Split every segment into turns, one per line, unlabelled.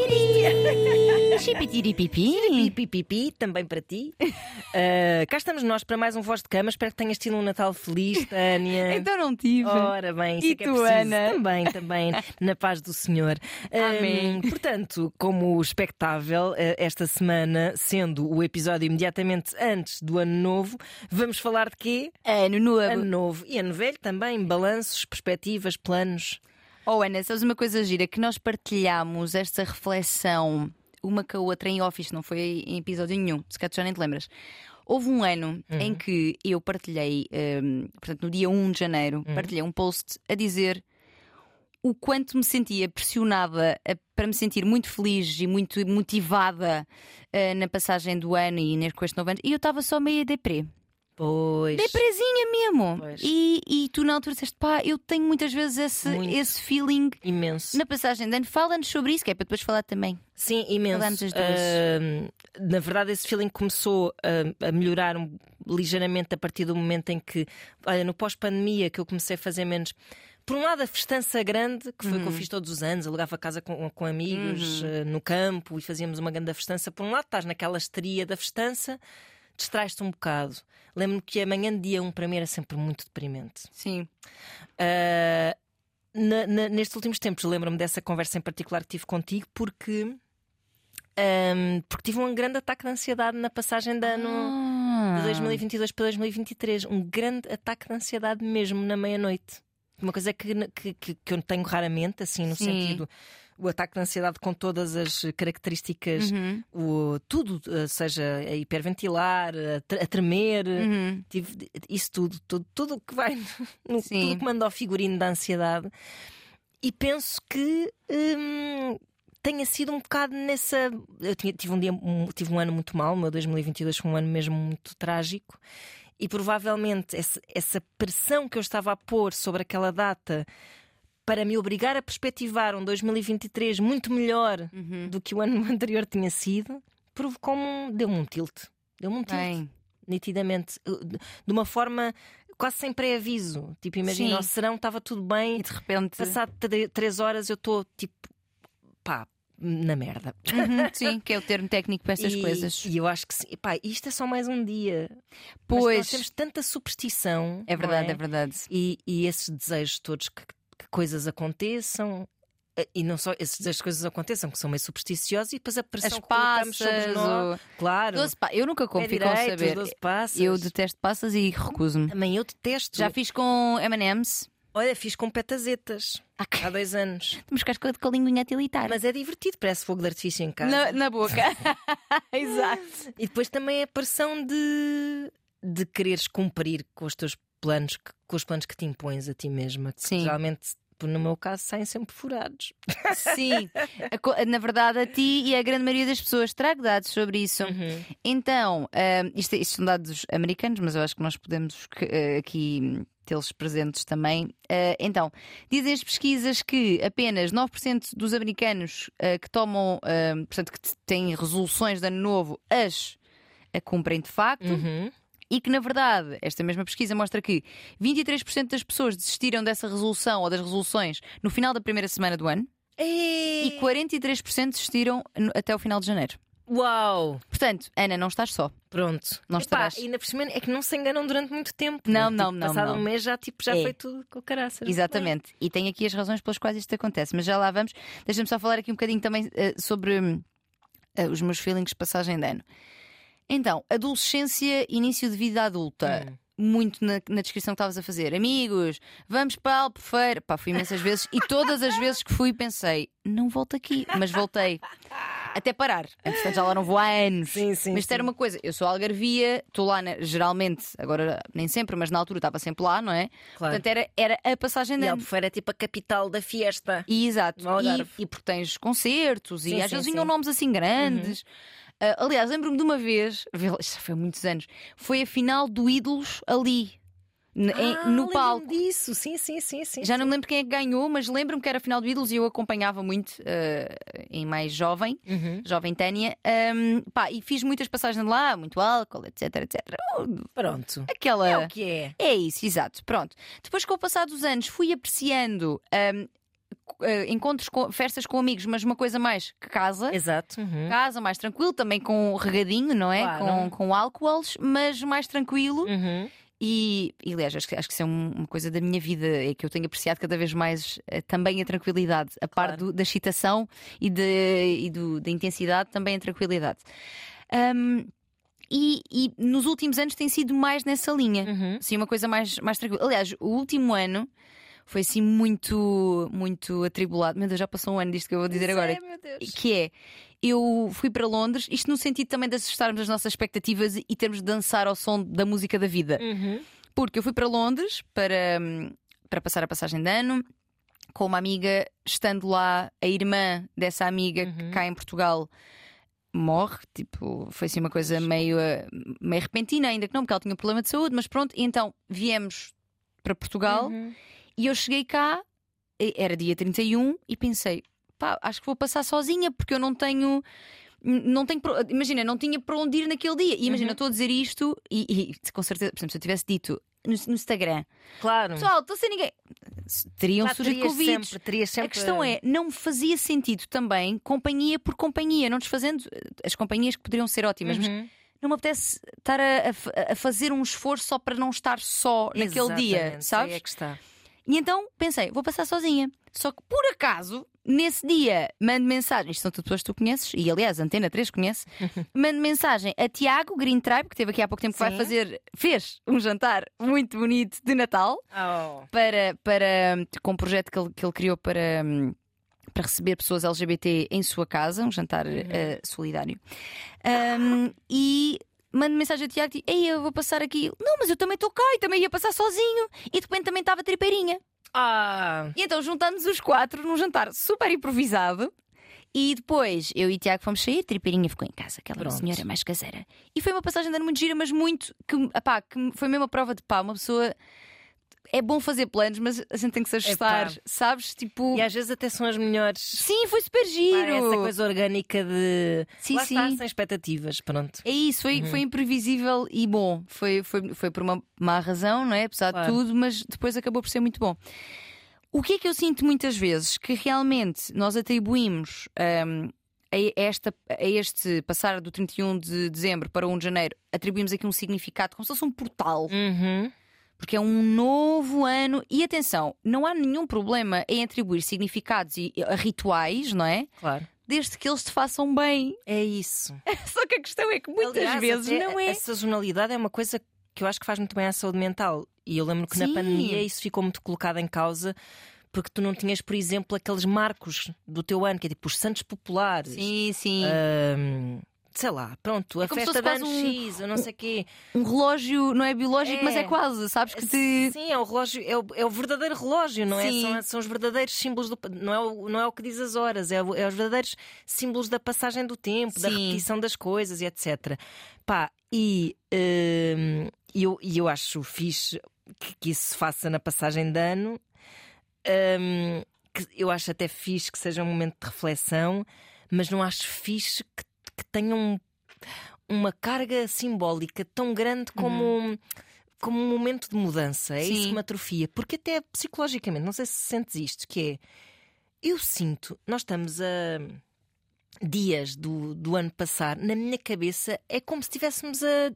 Chipitiriri. Chipitiripipi.
Pipipipi, também para ti. Ah, cá estamos nós para mais um Voz de Cama. Espero que tenhas tido um Natal feliz, Tânia.
Então não tive.
Ora bem, isso
E
é que é
tu,
preciso.
Ana?
Também, também, na paz do Senhor.
Amém.
Hum, portanto, como expectável, eh, esta semana, sendo o episódio imediatamente antes do Ano Novo, vamos falar de quê?
Ano
Ano
novo.
Novo e Ano Velho também, balanços, perspectivas, planos.
Oh, Ana, sabes uma coisa gira? Que nós partilhámos esta reflexão uma com a outra em office, não foi em episódio nenhum, se calhar tu já nem te lembras. Houve um ano
Uhum.
em que eu partilhei, hum, portanto, no dia 1 de janeiro,
Uhum.
partilhei um post a dizer o quanto me sentia pressionada a- para me sentir muito feliz e muito motivada eh, na passagem do ano e ne- com este novo ano. E eu estava só meio deprê.
Pois.
Depresinha mesmo.
Pois.
E, e tu na altura disseste, pá, eu tenho muitas vezes esse,
Muito.
esse feeling
Imenso.
na passagem de ano. Fala-nos sobre isso, que é para depois falar também.
Sim, imenso.
Falamos as duas.
Ahm, na verdade, esse feeling começou a, a melhorar um- ligeiramente a partir do momento em que, olha, no pós-pandemia, que eu comecei a fazer menos. Por um lado, a festança grande, que foi o que eu fiz todos os anos, alugava casa com, com amigos eh, no campo e fazíamos uma grande festança. Por um lado, estás naquela histeria da festança, distrais-te um bocado. Lembro-me que amanhã de dia 1 para mim era sempre muito deprimente.
Sim.
Ah, na- na- nestes últimos tempos, lembro-me dessa conversa em particular que tive contigo, porque, ahm, porque tive um grande ataque de ansiedade na passagem
Ah.
de ano de 2022 para 2023. Um grande ataque de ansiedade mesmo na meia-noite. Uma coisa que, que, que- que eu tenho raramente, assim, no
Sim.
sentido. O ataque de ansiedade com todas as características,
Uhum.
o, tudo, eh, seja a hiperventilar, a, tre- a tremer, Tive de- isso tudo, tudo, tudo o que vai no, no-
Sim.
tudo o que manda ao figurino da ansiedade. E penso que hum, tenha sido um bocado nessa. Eu tinha- tive, um dia, um- tive um ano muito mal, o meu 2022 foi um ano mesmo muito trágico. E provavelmente esse- essa pressão que eu estava a pôr sobre aquela data para me obrigar a perspectivar um 2023 muito melhor
Uhum.
do que o ano anterior tinha sido, provocou-me um. deu-me um tilt. Deu-me um tilt
Bem,
nitidamente, uh, de de uma forma quase sem pré-aviso. Tipo,
Sim.
imagina, ao serão estava tudo bem,
e de repente.
passado tre- três horas eu estou tipo, pá, na merda.
Uhum, sim, que é o termo técnico para estas
e,
coisas.
E eu acho que, sim, pá, isto é só mais um dia. Mas
Pois.
nós temos tanta superstição.
É
não
verdade, é verdade.
E, e esses desejos todos que, que coisas aconteçam. eh, E não só esses desejos que coisas aconteçam, que são meio supersticiosos, e depois a pressão
As
que colocamos sobre
passas,
nós.
o...
Claro,
12 pa... eu nunca
pé
como, ficam a
direito,
saber.
12 passas.
Eu detesto passas e recuso-me.
Também eu detesto.
Já fiz com MMs.
Olha, fiz com petazetas
Ah,
há dois anos.
Temos casca de colinguinha utilitária.
Mas é divertido, parece fogo de artifício em casa.
Na, na boca. Exato.
E depois também é a pressão de, de quereres cumprir com os teus planos, que- com os planos que te impões a ti mesma. Que
Sim.
Geralmente, no meu caso, saem sempre furados.
Sim. A co- Na verdade, a ti e a grande maioria das pessoas trago dados sobre isso. Então, hum, isto, isto são dados americanos, mas eu acho que nós podemos que- eh, aqui hum, tê-los presentes também. Eh, então, dizem as pesquisas que apenas 9% dos americanos eh, que tomam, eh, portanto, que t- têm resoluções de ano novo, as a cumprem de facto.
Uhum.
E que, na verdade, esta mesma pesquisa mostra que 23% das pessoas desistiram dessa resolução ou das resoluções no final da primeira semana do ano
é.
e 43% desistiram no- até o final de janeiro.
Uau!
Portanto, Ana, não estás só.
Pronto.
Não
Epá,
estarás.
ainda por cima é que não se enganam durante muito tempo.
Não,
Tipo,
não, não,
Passado
não.
um mês já, tipo, já
É.
foi tudo com caraças.
Exatamente. E tem aqui as razões pelas quais isto acontece. Mas já lá vamos. Deixa-me só falar aqui um bocadinho também eh, sobre hum, eh, os meus feelings de passagem de ano. Então, adolescência, início de vida adulta.
Hum.
Muito na, na descrição que estavas a fazer. Amigos, vamos para a Albufeira. Pá, fui imensas vezes e todas as vezes que fui pensei, não volto aqui, mas voltei. Até parar. Entretanto, já lá não vou há anos.
Sim, sim,
Mas isto era
sim.
uma coisa, eu sou algarvia, estou lá na- geralmente, agora nem sempre, mas na altura estava sempre lá, não é?
Claro.
Portanto, era, era a passagem de
E
ano.
Albufeira é tipo a capital da fiesta.
E, exato.
No Algarve.
E, e porque tens concertos e
Sim, sim,
às
Uhum.
vezes vinham
sim.
nomes assim grandes. Ah, aliás, lembro-me de uma vez, vê lá, isto já foi há muitos anos, foi a final do Ídolos ali, n- em-
Ah,
no
lembro-me
palco.
disso, sim, sim, sim, sim.
Já não me lembro quem é que ganhou, mas lembro-me que era a final do Ídolos e eu acompanhava muito eh, em mais jovem,
Uhum.
jovem Tânia. Ahm, pá, e fiz muitas passagens lá, muito álcool, etc, etc. Uh,
Pronto.
Aquela.
É o que é.
É isso, exato. Pronto. Depois, com o passar dos anos, fui apreciando hum, eh, encontros, com, festas com amigos, mas uma coisa mais que casa.
Exato. uhum.
Casa mais tranquilo, também com um regadinho, não é?
Claro.
Com, com álcools, mas mais tranquilo.
Uhum.
E, e, aliás, acho que, acho que isso é um- uma coisa da minha vida, é que eu tenho apreciado cada vez mais eh, também a tranquilidade, a par
Claro.
do- da excitação e, de- e do- da intensidade, também a tranquilidade. Ahm, e, e nos últimos anos tem sido mais nessa linha.
Uhum.
Sim, uma coisa mais, mais tranquila. Aliás, o último ano foi assim muito, muito atribulado. Meu Deus, já passou um ano disto que eu vou dizer agora.
meu Deus.
Que é, eu fui para Londres, isto no sentido também de assustarmos as nossas expectativas e termos de dançar ao som da música da vida.
Uhum.
Porque eu fui para Londres para, hum, para passar a passagem de ano com uma amiga, estando lá, a irmã dessa amiga que cá em Portugal morre. Tipo, foi assim uma coisa meio, eh, meio repentina, ainda que não, porque ela tinha um problema de saúde, mas pronto. E então viemos para Portugal
Uhum.
e eu cheguei cá, e- era dia 31, e pensei, pá, acho que vou passar sozinha porque eu não tenho. n- Não tenho, pro- imagina, não tinha para onde ir naquele dia. E imagina,
Uhum.
estou a dizer isto e, e com certeza, por exemplo, se eu tivesse dito no, no Instagram,
Claro.
pessoal, estou sem ninguém, teriam
Claro,
surgido
terias
convites.
Hum. sempre, terias sempre.
A questão é, não me fazia sentido também companhia por companhia, não desfazendo eh, as companhias que poderiam ser ótimas, mas
Uhum.
não me apetece estar a, a fa- a fazer um esforço só para não estar só naquele dia,
Exatamente,
sabes?
Aí é que está.
E então pensei, vou passar sozinha. Só que por acaso, nesse dia, mando mensagem. Isto são tudo pessoas que tu conheces, e aliás, a Antena 3 conhece. mando mensagem a Tiago Green Tribe, que teve aqui há pouco tempo, que vai
Sim.
fazer, fez um jantar muito bonito de Natal
Oh.
para, para, com um projeto que ele, que ele criou para, hum, para receber pessoas LGBT em sua casa, um jantar eh, solidário. Hum, e mando mensagem ao Tiago e Ei, eu vou passar aqui. Não, mas eu também estou cá e também ia passar sozinho. E de repente também estava tripeirinha.
Ah.
E então juntámos os quatro num jantar super improvisado. E depois eu e Tiago fomos sair, Tripeirinha ficou em casa, aquela
Pronto.
senhora mais caseira. E foi uma passagem de ano muito gira, mas muito. que, apá, que foi mesmo a prova de pá, uma pessoa. É bom fazer planos, mas a gente tem que se ajustar,
Epá.
sabes? Tipo.
É E às vezes até são as melhores.
Sim, foi super giro!
Pá, Essa coisa orgânica de.
Sim,
Lá está,
sim.
sem expectativas, pronto.
É isso, foi, foi imprevisível e bom. Foi, foi, foi por uma má razão, não é? Apesar
Claro.
de tudo, mas depois acabou por ser muito bom. O que é que eu sinto muitas vezes que realmente nós atribuímos hum, a, esta, a este passar do 31 de dezembro para 1 de janeiro, atribuímos aqui um significado como se fosse um portal,
Uhum.
porque é um novo ano. E atenção, não há nenhum problema em atribuir significados e, a rituais, não é?
Claro.
Desde que eles te façam bem.
É isso.
Só que a questão é que muitas
Aliás,
vezes
até
não é.
A sazonalidade é uma coisa que eu acho que faz muito bem à saúde mental. E eu lembro que na
Sim.
pandemia isso ficou muito colocado em causa. Porque tu não tinhas, por exemplo, aqueles marcos do teu ano, que é tipo os Santos Populares.
Sim, sim.
É. Ahm, sei lá, pronto, a
como se
festa
fosse
de
quase
ano
um-
X, ou não sei quê.
um relógio não é biológico, mas é
É.
quase, sabes? Que te.
Sim, é o relógio, é o, é o verdadeiro relógio, não
Sim.
é? São, são os verdadeiros símbolos do. Não é, o, não é o que diz as horas, é, o- é os verdadeiros símbolos da passagem do tempo, da
Sim.
repetição das coisas e etc. Pá, e hum, eu, e eu acho fixe que, que isso se faça na passagem de ano. Hum, que eu acho até fixe que seja um momento de reflexão, mas não acho fixe que, que tenha um- uma carga simbólica tão grande como, um- como um momento de mudança. É isso
Sim.
que me atrofia. Porque até psicologicamente, não sei se sentes isto, que é eu sinto, nós estamos a dias do, do ano passar, na minha cabeça é como se estivéssemos a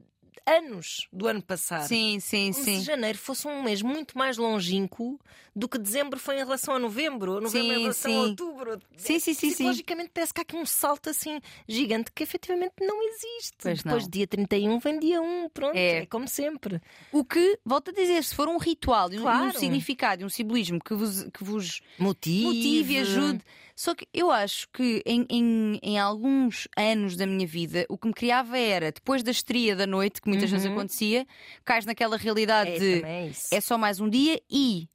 anos do ano passado.
Sim, sim,
Como
sim.
se janeiro fosse um mês muito mais longínquo do que dezembro foi em relação a novembro, ou novembro
Sim,
em relação
sim.
a outubro.
Sim, sim, sim, sim.
Psicologicamente parece que há aqui um salto assim gigante que efetivamente não existe.
Pois
Depois
não.
dia 31 vem dia 1, pronto,
É.
é, como sempre.
O que, volto a dizer, se for um ritual e um- e um
Claro.
significado e um simbolismo que vos, que vos
Motive,
motive e ajude. Só que eu acho que em, em- em alguns anos da minha vida, o que me criava era, depois da estria da noite, que muitas vezes
Uhum.
acontecia, cais naquela realidade
É,
de
também é isso.
é só mais um dia e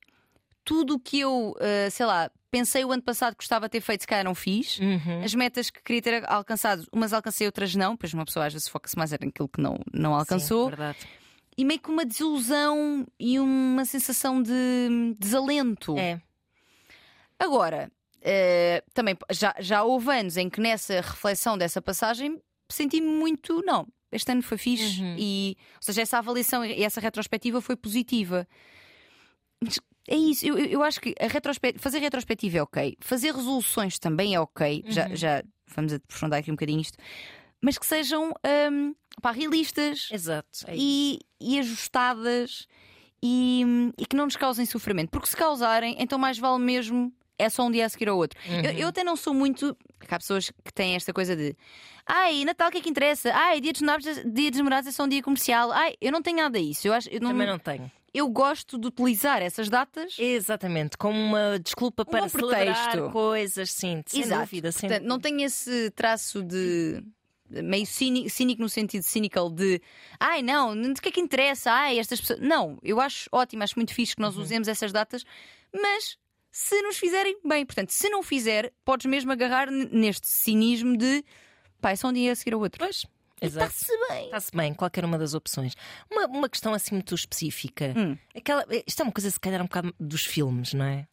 tudo o que eu, eh, sei lá, pensei o ano passado que gostava de ter feito, se calhar não fiz.
Uhum.
As metas que queria ter alcançado, umas alcancei, outras não, pois uma pessoa às vezes foca-se mais naquilo que não, não alcançou.
Sim, verdade.
e meio que uma desilusão e uma sensação de desalento.
É.
Agora, eh, também já, já houve anos em que nessa reflexão dessa passagem senti-me muito, não, este ano foi fixe
Uhum.
e, ou seja, essa avaliação e essa retrospectiva foi positiva. Mas É isso, eu, eu- eu acho que a retrospe- fazer retrospectiva é ok, fazer resoluções também é ok, já,
Uhum.
já vamos aprofundar aqui um bocadinho isto, mas que sejam hum, pá, realistas
Exato. é isso.
e, e ajustadas e, e que não nos causem sofrimento, porque se causarem, então mais vale mesmo é só um dia a seguir ao outro.
Uhum.
Eu, eu até não sou muito. porque Há pessoas que têm esta coisa de ai, Natal, o que é que interessa? Ai, dia dos namorados, dia dos namorados é só um dia comercial. Ai, eu não tenho nada disso. Eu, acho, eu, não-
Também não tenho.
eu gosto de utilizar essas datas
Exatamente, como uma desculpa para celebrar
pretexto.
coisas, sim, sem
Exato.
dúvida, sem
Portanto, não tem esse traço de meio cínico, cínico no sentido cynical de ai não, de que é que interessa? Ai, estas pessoas. Não, eu acho ótimo, acho muito fixe que
Uhum.
nós usemos essas datas, mas se nos fizerem bem, portanto, se não fizer, podes mesmo agarrar n- neste cinismo de pá, é só um dia a seguir ao outro.
Pois, exato.
Está-se bem.
Está-se bem, qualquer uma das opções. Uma, uma questão assim muito específica.
Hum.
Aquela, isto é uma coisa, se calhar, um bocado dos filmes, não é?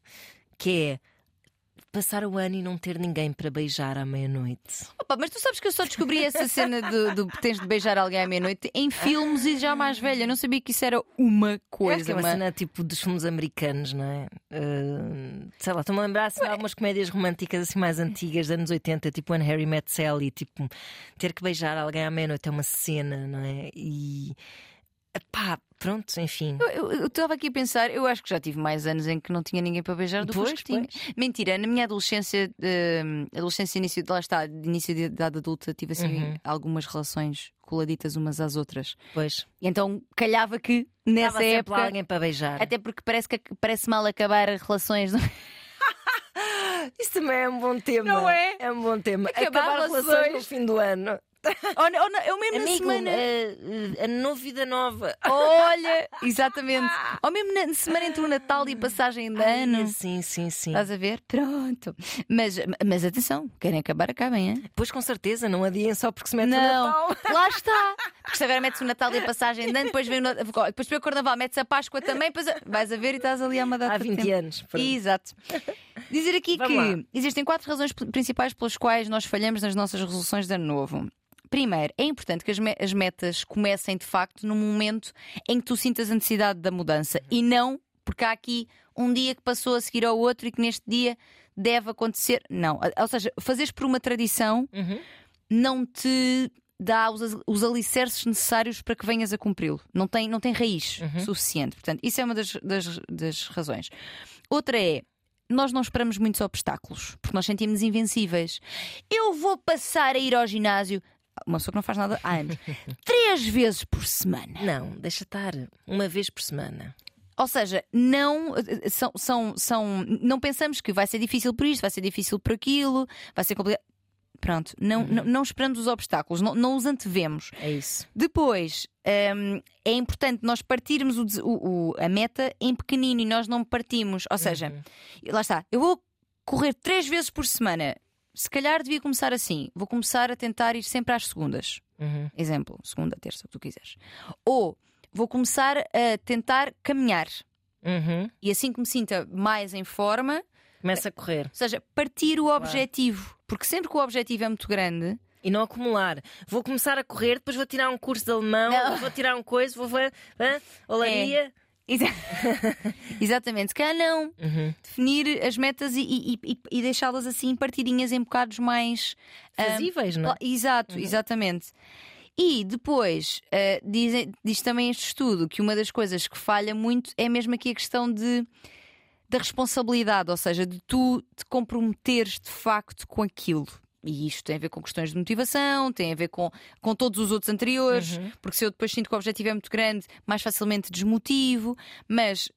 Que é passar o ano e não ter ninguém para beijar à meia-noite.
Opa, mas tu sabes que eu só descobri essa cena do, do tens de beijar alguém à meia-noite em filmes e já mais velha. Eu não sabia que isso era uma
Eu
coisa.
acho que é uma cena tipo dos filmes americanos, não é? Eh, sei lá, estou-me a lembrar assim, de algumas comédias românticas assim mais antigas, dos anos 80, tipo When Harry Met Sally, tipo ter que beijar alguém à meia-noite é uma cena, não é? E pá, pronto, enfim.
Eu- Eu estava aqui a pensar, eu acho que já tive mais anos em que não tinha ninguém para beijar do que os
Pois,
que tinha. Mentira, na minha adolescência, hum, adolescência, início, de- lá está, de início de idade adulta, tive assim
Uhum.
algumas relações coladitas umas às outras.
Pois.
E então calhava que nessa
Estava sempre
época.
lá alguém para beijar.
Até porque parece, que, parece mal acabar as relações.
Isso também é um bom tema.
Não é?
É um bom tema.
Acabar relações.
fim do ano.
ou, na- ou, na- ou mesmo
Amigo, né? eh,
na semana. Ah,
a, nova vida nova.
Olha, exatamente. ou mesmo na semana entre o Natal e a passagem de ano.
Sim, sim, sim.
Estás a ver? Pronto. Mas, mas atenção, querem acabar, acabem, hein?
Pois com certeza, não adiem só porque se mete o
Não,
É Natal.
lá está. Porque se agora metes o Natal e a passagem de ano, depois vem o, Nat- depois vem o Carnaval, metes a Páscoa também, depois a- vais a ver e estás ali a uma data
Há
de
20
tempo.
anos. pronto.
Exato. Dizer aqui
Vamos
que
lá.
existem quatro razões pl- principais pelas quais nós falhamos nas nossas resoluções de ano novo. Primeiro, é importante que as, me- as metas comecem de facto no momento em que tu sintas a necessidade da mudança e não porque há aqui um dia que passou a seguir ao outro e que neste dia deve acontecer. Não. Ou seja, fazeres por uma tradição
Uhum.
não te dá os, os alicerces necessários para que venhas a cumpri-lo. Não tem, não tem raiz suficiente. Portanto, isso é uma das, das, das razões. Outra é. Nós não esperamos muitos obstáculos, porque nós sentimos invencíveis. Eu vou passar a ir ao ginásio, uma pessoa que não faz nada há anos, três vezes por semana.
Não, deixa estar. Uma vez por semana.
Ou seja, não eh, são, são, são não pensamos que vai ser difícil por isto, vai ser difícil por aquilo, vai ser complicado. Pronto, não, não, não esperamos os obstáculos, não, não os antevemos.
É isso.
Depois, hum, é importante nós partirmos o des- o- o- a meta em pequenino e nós não partimos. Ou seja, lá está, eu vou correr três vezes por semana. Se calhar devia começar assim. Vou começar a tentar ir sempre às segundas.
Uhum.
Exemplo, segunda, terça, o que tu quiseres. Ou vou começar a tentar caminhar.
Uhum.
E assim que me sinta mais em forma,
Começa a correr.
ou seja, partir o objetivo. Porque sempre que o objetivo é muito grande,
E não acumular. Vou começar a correr, depois vou tirar um curso de alemão,
Não.
vou tirar um coisa, vou. vou hã? olaria.
Exa- Exatamente, se calhar não. Definir as metas e, e- e- e deixá-las assim partidinhas em bocados mais. ah,
Fazíveis, não é?
pla- Exato, exatamente. E depois, ah, dizem- diz também este estudo que uma das coisas que falha muito é mesmo aqui a questão de. Da responsabilidade, ou seja, de tu te comprometeres de facto com aquilo. E isto tem a ver com questões de motivação, tem a ver com, com todos os outros anteriores, porque se eu depois sinto que o objetivo é muito grande, mais facilmente desmotivo. Mas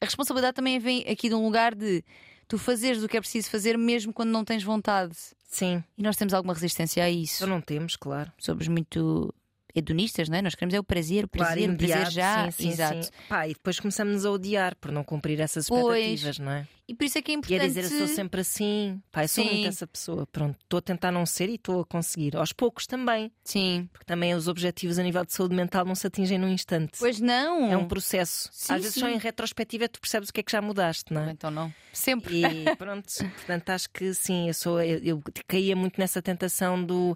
a responsabilidade também vem aqui de um lugar de tu fazeres o que é preciso fazer mesmo quando não tens vontade.
Sim.
E nós temos alguma resistência a isso.
Só não temos, claro.
Somos muito hedonistas, não é? Nós queremos é o prazer, o prazer, o
imediato,
prazer já.
Sim, sim,
Exato.
sim. Pá, e depois começamos a odiar por não cumprir essas
Pois.
expectativas, não é?
E por isso é que
E
é
a
importante.
dizer, eu sou sempre assim. Pá, eu sou
Sim.
muito essa pessoa. Pronto, estou a tentar não ser e estou a conseguir. Aos poucos também.
Sim.
Porque também os objetivos a nível de saúde mental não se atingem num instante.
Pois não.
É um processo.
Sim,
Às vezes só
sim.
em retrospectiva é que tu percebes o que é que já mudaste, não é?
Então não. Sempre.
E pronto, portanto acho que sim, eu sou eu, eu caía muito nessa tentação do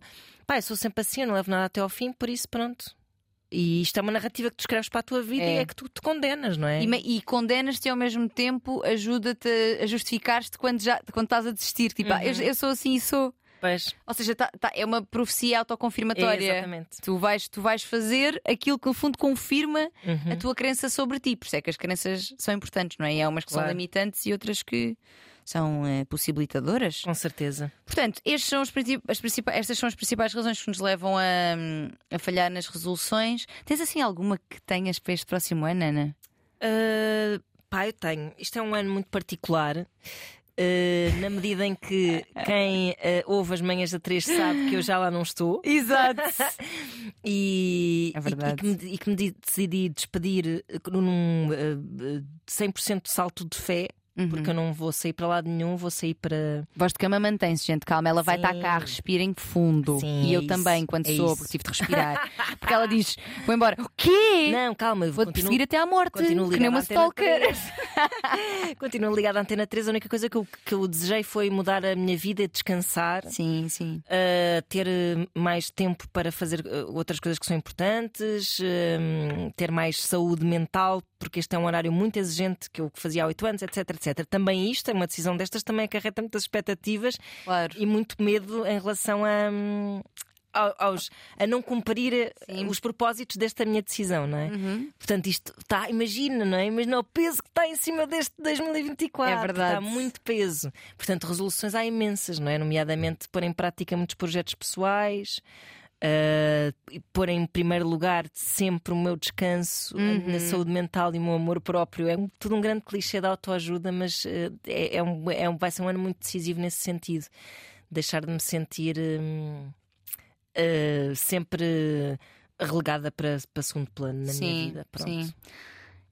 pá, eu sou sempre assim, eu não levo nada até ao fim, por isso pronto. E isto é uma narrativa que tu escreves para a tua vida
É.
e é que tu te condenas, não é?
E, me- e condenas-te e ao mesmo tempo ajuda-te a justificar-te quando, já- quando estás a desistir. Tipo, ah, eu,
Uhum.
eu sou assim e sou.
Pois,
Ou seja, tá- tá- é uma profecia autoconfirmatória.
É, exatamente.
Tu vais, tu vais fazer aquilo que, no fundo, confirma
Uhum.
a tua crença sobre ti. Por isso é que as crenças são importantes, não é? E Há umas que são
Claro.
limitantes e outras que são eh, possibilitadoras.
com certeza.
Portanto, estes são os princi- as principais, estas são as principais razões que nos levam a, hum, a falhar nas resoluções. Tens assim alguma que tenhas para este próximo ano, Ana?
Uh, pá, eu tenho. Isto é um ano muito particular. uh, na medida em que quem uh, ouve as manhãs da 3 sabe que eu já lá não estou
Exato!
e,
É
e-
verdade.
e que me, e que me de- decidi despedir uh, num uh, uh, 100% salto de fé,
Uhum.
porque eu não vou sair para lado nenhum, vou sair para.
Voz de cama mantém-se, gente, calma. Ela vai
Sim.
estar cá, respirem fundo.
Sim,
e
é
eu
isso,
também, quando
é
soube,
isso.
tive de respirar. Porque ela diz: vou embora. O quê?
Não, calma, eu vou
Vou-te
continuar.
perseguir até à morte.
continuo
Que nem
ligada
uma
à antena
stalker.
Continuo ligada à Antena 3. A única coisa que eu, que eu desejei foi mudar a minha vida, descansar,
Sim, sim.
eh, ter eh, mais tempo para fazer eh, outras coisas que são importantes, eh, ter mais saúde mental, porque este é um horário muito exigente que eu fazia há 8 anos, etc, etc. Também isto, é uma decisão destas, também acarreta muitas expectativas
Claro.
e muito medo em relação a. hum, ao- aos, a não cumprir eh,
Sim. Uhum.
os propósitos desta minha decisão, não é? Portanto, isto está, imagina, não é? Imagina o peso que está em cima deste 2024.
É verdade.
Está tá muito peso. Portanto, resoluções há imensas, não é? Nomeadamente pôr em prática muitos projetos pessoais, ah, e pôr em primeiro lugar sempre o meu descanso, a minha
Uhum.
saúde mental e o meu amor próprio. É um- tudo um grande clichê da autoajuda, mas ah, é, é um, é um- vai ser um ano muito decisivo nesse sentido. Deixar de me sentir hum, ah, sempre. Relegada para, para segundo plano na minha
Sim,
vida. Pronto.
sim.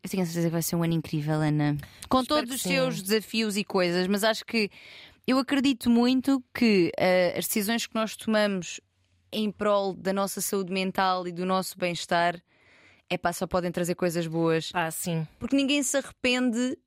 Eu tenho a certeza que vai ser um ano incrível, Ana. Com
Espero
todos
que
os
sim.
seus desafios e coisas, mas acho que eu acredito muito que eh, as decisões que nós tomamos em prol da nossa saúde mental e do nosso bem-estar é pá, só podem trazer coisas boas.
Ah, sim.
Porque ninguém se arrepende.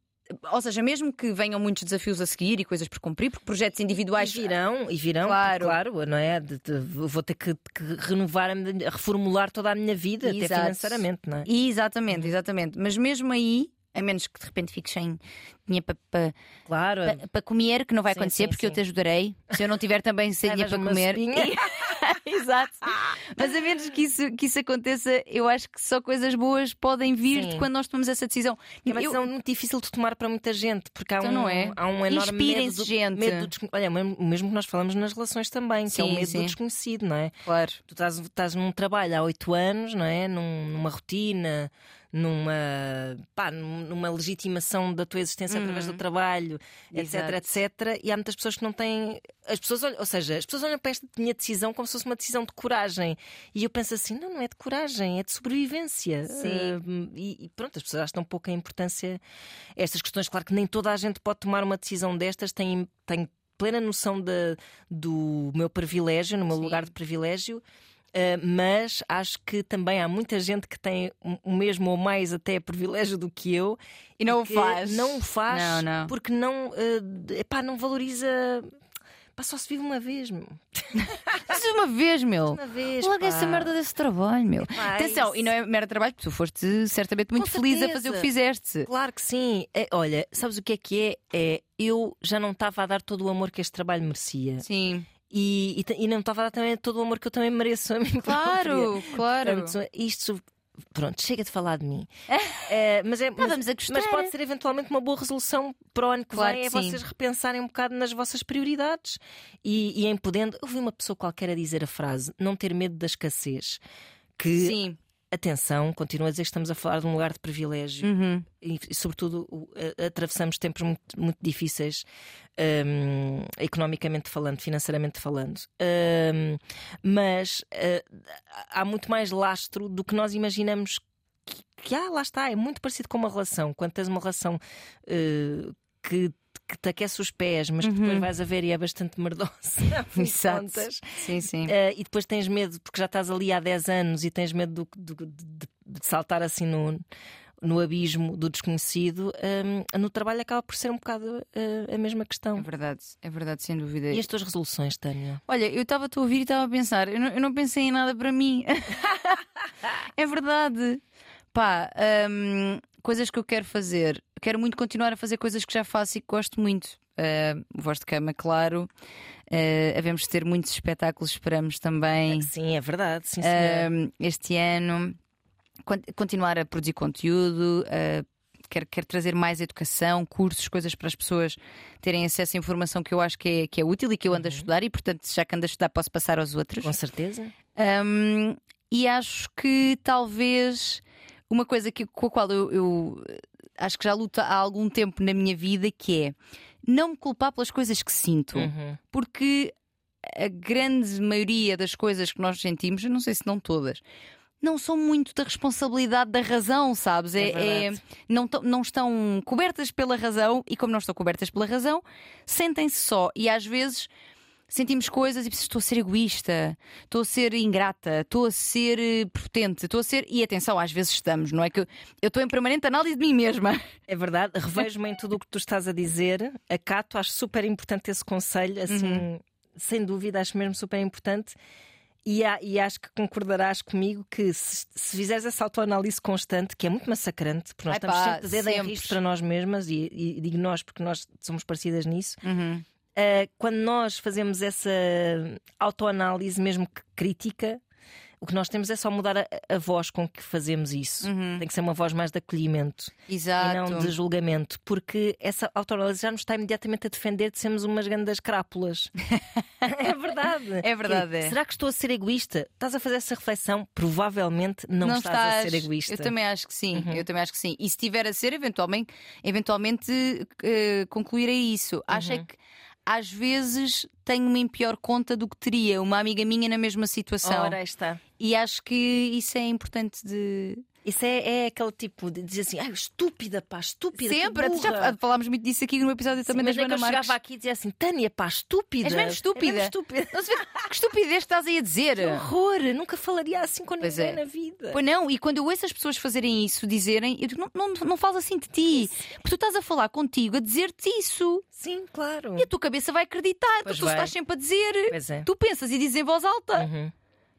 Ou seja, mesmo que venham muitos desafios a seguir e coisas por cumprir, porque projetos individuais
E virão, e virão,
Claro.
claro, claro não é? De- de- vou ter que, que renovar, a minha- reformular toda a minha vida, até
Exato.
financeiramente, não é?
E Exatamente, exatamente. Mas mesmo aí, a menos que de repente fiques sem dinheiro para
Claro.
para comer, que não vai
Sim,
acontecer,
sim,
porque eu
sim.
te ajudarei. Se eu não tiver também sem dinheiro para
Levas-me uma
comer.
sopinha.
Exato. Mas a menos que isso, que isso aconteça, eu acho que só coisas boas podem vir de
Sim.
quando nós tomamos essa decisão.
É uma
Eu-
decisão muito difícil de tomar para muita gente, porque há,
Então
um,
não é?
há um enorme medo
Inspirem-se,
do,
gente.
medo do descon- Olha, o mesmo- o mesmo que nós falamos nas relações também, que é o
Sim,
medo
sim.
do desconhecido, não é?
Claro.
Tu estás, estás num trabalho há oito anos, não é? Num- numa rotina, numa, pá, num- numa legitimação da tua existência através do trabalho,
Uhum. Exato.
etc, etc. E há muitas pessoas que não têm. As pessoas olham- ou seja, as pessoas olham para esta minha decisão como se fosse uma decisão de coragem. E eu penso assim: não, não é de coragem, é de sobrevivência.
Sim.
Ah, e, e pronto, as pessoas acham pouca importância a estas questões. Claro que nem toda a gente pode tomar uma decisão destas, tem. tem plena noção da- do meu privilégio, no meu
Sim.
lugar de privilégio, Uh, mas acho que também há muita gente que tem o- o mesmo ou mais até privilégio do que eu
E não o
que
faz.
não o faz
Não, não.
porque não, uh, de- epá, não valoriza. Pá, só se vive uma vez, meu.
Mas uma vez, meu.
Uma vez.
Oh. Logo
pá.
essa merda desse trabalho, meu.
Epá,
Atenção,
isso.
e não é mero trabalho, porque tu foste certamente muito
Com
feliz a
certeza.
fazer o que fizeste.
Claro que sim. É, olha, sabes o que é que é? É eu já não estava a dar todo o amor que este trabalho merecia.
Sim,
E, e te- e não estava a dar também todo o amor que eu também mereço a mim própria.
claro, claro.
Portanto, isto. Pronto, chega de falar de mim. Eh, mas é, mas-
Estávamos a gostar.
Mas pode ser eventualmente uma boa resolução para o ano que
Claro
vem
que
é
sim.
vocês repensarem um bocado nas vossas prioridades e, e em podendo. Eu vi uma pessoa qualquer a dizer a frase: não ter medo da escassez. Que,
Sim.
atenção, continuo a dizer que estamos a falar de um lugar de privilégio
Uhum.
e, e, sobretudo, o- a- atravessamos tempos muito, muito difíceis, hum, economicamente falando, financeiramente falando. Hum, mas eh, há muito mais lastro do que nós imaginamos que, que há, lá está. É muito parecido com uma relação. Quando tens uma relação eh, que. Que te aquece os pés, mas que depois vais a ver e é bastante merdosa. afinal de
Exato.
contas.
Sim, sim.
Eh, e depois tens medo, porque já estás ali há 10 anos e tens medo do- do- de, de saltar assim no. no abismo do desconhecido, hum, no trabalho acaba por ser um bocado eh, a mesma
É
questão.
verdade, é verdade, sem dúvida.
E as tuas resoluções, Tânia?
Olha, eu estava-te a ouvir e estava a pensar, eu não, eu não pensei em nada para mim. é verdade. Pá, hum, coisas que eu quero fazer. Quero muito continuar a fazer coisas que já faço e que gosto muito. Uh, voz de cama, claro. Uh, havemos de ter muitos espetáculos, esperamos também
Sim, é verdade, sim,
um, este ano, con- continuar a produzir conteúdo, uh, quero, quero trazer mais educação, cursos, coisas para as pessoas terem acesso à informação que eu acho que é, que é útil e que eu ando a estudar, e portanto, já que ando a estudar, posso passar aos outros.
Com certeza.
Um, e acho que talvez uma coisa que, com a qual eu, eu, eh, acho que já luto há algum tempo na minha vida, que é não me culpar pelas coisas que sinto
Uhum.
porque a grande maioria das coisas que nós sentimos, eu não sei se não todas, não são muito da responsabilidade da razão, sabes?
É verdade.
não, tão- não estão cobertas pela razão e, como não estão cobertas pela razão, sentem-se só. E às vezes sentimos coisas e pensamos, estou a ser egoísta, estou a ser ingrata, estou a ser eh, prepotente, estou a ser. E atenção, às vezes estamos, não é que eu eu estou em permanente análise de mim mesma.
É verdade, revejo-me em tudo o que tu estás a dizer, acato, acho super importante esse conselho, assim,
Uhum.
sem dúvida, acho mesmo super importante. E, há- e acho que concordarás comigo que se, se fizeres essa autoanálise constante, que é muito massacrante, porque nós
Ai
estamos
pá,
sempre de dedo em
sempre.
risco para nós mesmas, e, e digo nós porque nós somos parecidas nisso,
Uhum.
Uh, quando nós fazemos essa autoanálise, mesmo que crítica, o que nós temos é só mudar a, a voz com que fazemos isso.
Uhum.
Tem que ser uma voz mais de acolhimento e
Exato.
não de julgamento, porque essa autoanálise já nos está imediatamente a defender de sermos umas grandes crápulas. é verdade.
É verdade, é.
Será que estou a ser egoísta? Estás a fazer essa reflexão? Provavelmente não, estás, a ser egoísta. Uhum.
Eu também acho que sim, eu também acho que sim. E se tiver a ser, eventualmente, eventualmente eh, concluir a isso. Acho é
Uhum.
que às vezes tenho-me em pior conta do que teria uma amiga minha na mesma situação.
Ora, aí está.
E acho que isso é importante de.
Isso é, é aquele tipo de dizer assim, ai, estúpida, pá, estúpida. que
Sempre!
burra."
Já falámos muito disso aqui no episódio também da
Mas é que
Joana
eu
Marques.
chegava aqui e dizia assim: Tânia, pá, estúpida.
És mesmo estúpida.
É mesmo estúpida.
Não se vê- Que estupidez estás aí a dizer!
Que horror, nunca falaria assim com
Pois
ninguém
é.
na vida.
Pois não, e quando eu ouço as pessoas fazerem isso, dizerem, eu digo, não, não, não fales assim de ti, porque tu estás a falar contigo, a dizer-te isso.
Sim, claro.
E a tua cabeça vai acreditar,
Pois
porque tu
vai.
estás sempre a dizer.
Pois é.
Tu pensas e dizes em voz alta.
Uhum.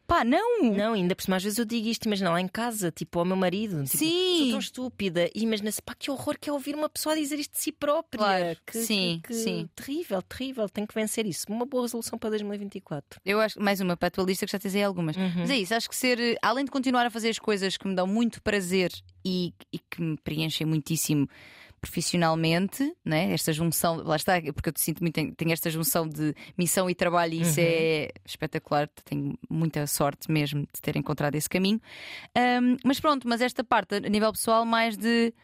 Pá, não!
Não, ainda por cima, às vezes eu digo isto, imagina lá em casa, tipo ao meu marido. tipo, Sou
Sim!
tão estúpida. E imagina-se, pá, que horror que é ouvir uma pessoa dizer isto de si própria.
Claro.
Que,
Sim,
que- que
sim.
Terrível, terrível. Tenho que vencer isso. Uma boa resolução para 2024.
Eu acho mais uma para a tua lista que já tens aí algumas. Mas é isso, acho que ser, eh, além de continuar a fazer as coisas que me dão muito prazer e, e que me preenchem muitíssimo profissionalmente, né? esta junção, lá está, porque eu te sinto muito, tenho esta junção de missão e trabalho e isso é espetacular, tenho muita sorte mesmo de ter encontrado esse caminho. Ahm, mas pronto, mas esta parte a nível pessoal mais de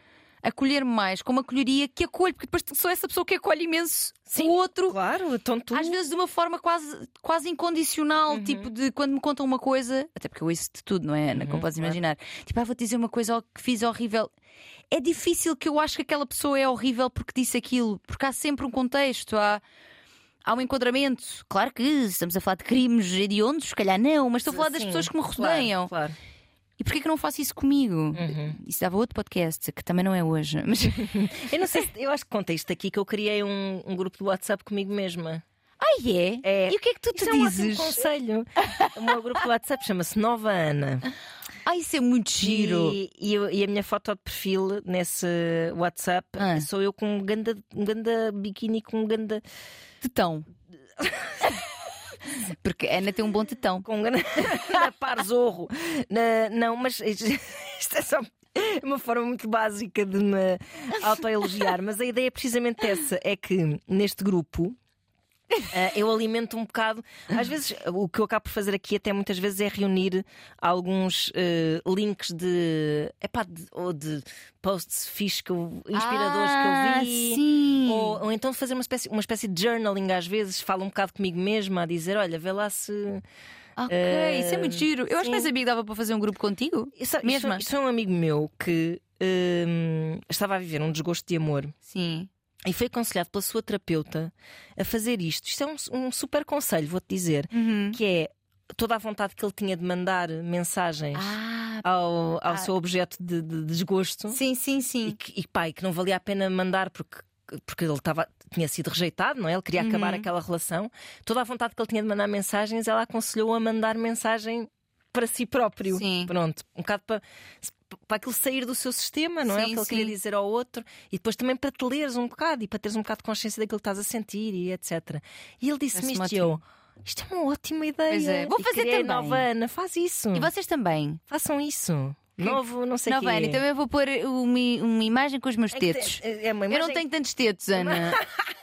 acolher-me mais, como acolheria que acolho, porque depois sou essa pessoa que acolhe imenso
Sim,
o outro
Claro, então tu. Uhum.
às vezes de uma forma quase, quase incondicional, tipo de quando me contam uma coisa, até porque eu isso de tudo, não é, Ana? Como podes
Uhum, claro.
imaginar? Tipo, ah, vou dizer uma coisa hor- que fiz horrível. É difícil que eu acho que aquela pessoa é horrível porque disse aquilo, porque há sempre um contexto, há, há um enquadramento. Claro que estamos a falar de crimes hediondos, se calhar não, mas estou a falar das
Sim,
pessoas que me
claro,
rodeiam.
Claro.
E porquê que eu não faço isso comigo?
Uhum.
Isso dava outro podcast, que também não é hoje. Mas...
Eu não sei, se- eu acho que contei isto aqui que eu criei um, um grupo do WhatsApp comigo mesma.
Ai é?
É.
E o que é que tu te
Isso é um ótimo
dizes?
conselho. o meu grupo do WhatsApp chama-se Nova Ana.
Ai, isso é muito giro.
E, e eu- e a minha foto de perfil nesse WhatsApp
Ah.
sou eu com um ganda, um ganda biquíni com um ganda.
Tetão. Porque a Ana tem um bom tetão.
com um ganda na par zorro. Na- não, mas isto isto é só. Uma forma muito básica de me autoelogiar, mas a ideia é precisamente essa: é que neste grupo Ah, eu alimento um bocado. Às vezes, o que eu acabo por fazer aqui, até muitas vezes, é reunir alguns eh, links de, epá, de- ou de posts fixe que eu- inspiradores que eu vi.
Ah, Sim.
Ou, ou então fazer uma espécie, uma espécie de journaling às vezes, falo um bocado comigo mesma a dizer: olha, vê lá se.
Ok, isso é muito giro. Eu acho que
sim.
nem sabia que dava para fazer um grupo contigo.
Isso, isso-
Mesma.
isso é um amigo meu que hum, estava a viver um desgosto de amor
Sim.
e foi aconselhado pela
Uhum.
sua terapeuta a fazer isto. Isto é um, um super conselho, vou-te dizer. que é toda a vontade que ele tinha de mandar mensagens
Ah,
ao, ao
ah.
seu objeto de, de desgosto
sim, sim,
e
sim.
que, e, pá, e que não valia a pena mandar porque, porque ele estava tinha sido rejeitado, não é? Ele queria acabar
Uhum.
aquela relação. Toda a vontade que ele tinha de mandar mensagens, ela aconselhou a mandar mensagem para si próprio.
Sim.
Pronto, um bocado para. Para aquilo sair do seu sistema, não é? O
Sim,
que ele
sim.
queria dizer ao outro, e depois também para te leres um bocado e para teres um bocado de consciência daquilo que estás a sentir e etc. E ele disse-me
Parece-me
isto e eu: isto é uma ótima ideia.
Pois é, vou
E
fazer
criei a
também.
Nova Ana, faz isso.
E vocês também.
Façam isso. Novo, não sei o
Não,
quê.
Ana, então eu vou pôr uma, uma imagem com os
É
meus
que tem-
tetos.
é uma
Eu não
imagem-
tenho tantos tetos, Ana.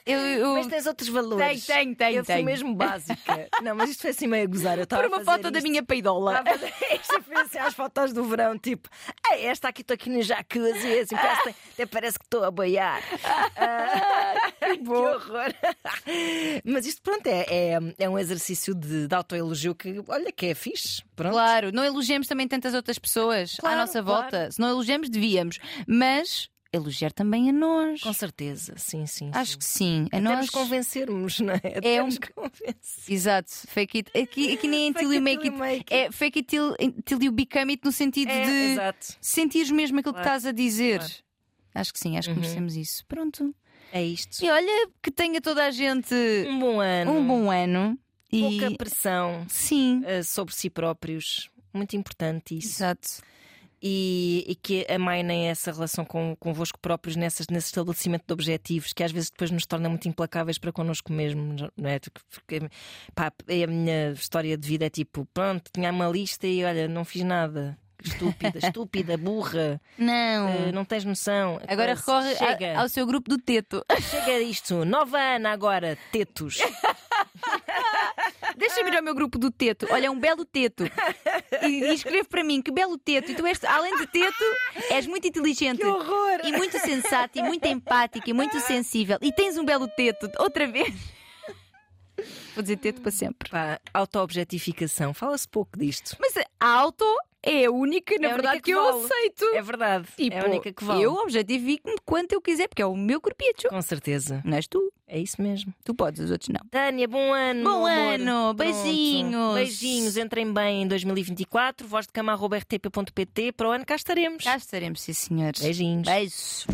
Eu, eu...
Mas tens outros valores.
Tenho, tenho, tenho,
Eu fui
tenho.
mesmo básica. não, mas isto foi assim meio a gozar. Eu estava a
Por uma
fazer
foto da
isto.
minha peidola.
Estava a fazer isto e fui assim às fotos do verão, tipo, "Ei, esta aqui estou aqui no jacuzzi, assim, parece, até parece que estou a boiar. Ah, que horror! Mas isto, pronto, é, é, é um exercício de, de autoelogio que, olha, que é fixe. Pronto.
Claro, não elogiemos também tantas outras pessoas
Claro,
à nossa
claro.
volta. Se não elogiamos, devíamos. Mas elogiar também a nós.
Com certeza, sim, sim.
Acho
sim.
que sim. A
Até
nós.
nos convencermos, não é? Até
É um-
nos convencer.
Exato, fake it. Aqui, aqui nem until you make it. É fake it till, till you become it no sentido
É,
de
exato.
sentires mesmo aquilo
Claro,
que estás a dizer.
claro. Uhum.
Acho que sim, acho que merecemos isso. Pronto.
É isto.
E olha, que tenha toda a gente
Um bom ano.
um bom ano. E
Pouca pressão
sim,
eh, sobre si próprios. Muito importante isso.
exato.
E, e que aminem essa relação com, convosco próprios nessas, nesse estabelecimento de objetivos que às vezes depois nos torna muito implacáveis para connosco mesmo, não é? Porque, pá, é a minha história de vida é tipo, pronto, tinha uma lista e olha, não fiz nada. Estúpida, estúpida, burra,
Não.
eh, não tens noção.
Hum. Agora recorre a-
Chega.
ao seu grupo do teto.
Chega disto. Nova Ana agora, tetos.
Deixa-me ir ao meu grupo do teto. Olha, é um belo teto. E, e escreve para mim que belo teto. E tu és, além de teto, és muito inteligente.
horror!
E muito sensata, e muito empática, e muito sensível. E tens um belo teto, outra vez. Vou dizer teto para sempre.
Pá, auto-objetificação. Fala-se pouco disto.
Mas a auto é a única, na
É a única
verdade,
que
que, eu
vale.
aceito.
É verdade. é a
Tipo,
única que vale.
Eu objetifico-me quanto eu quiser, porque é o meu corpito.
Com certeza.
Não és tu.
É isso mesmo.
Tu podes, os outros não.
Tânia, bom ano.
Bom
meu amor. Pronto.
ano, beijinhos.
Beijinhos. Entrem bem em 2024. Voz de cama, arroba rtp.pt. Para o ano cá estaremos.
Cá estaremos, sim, senhores.
Beijinhos.
Beijos.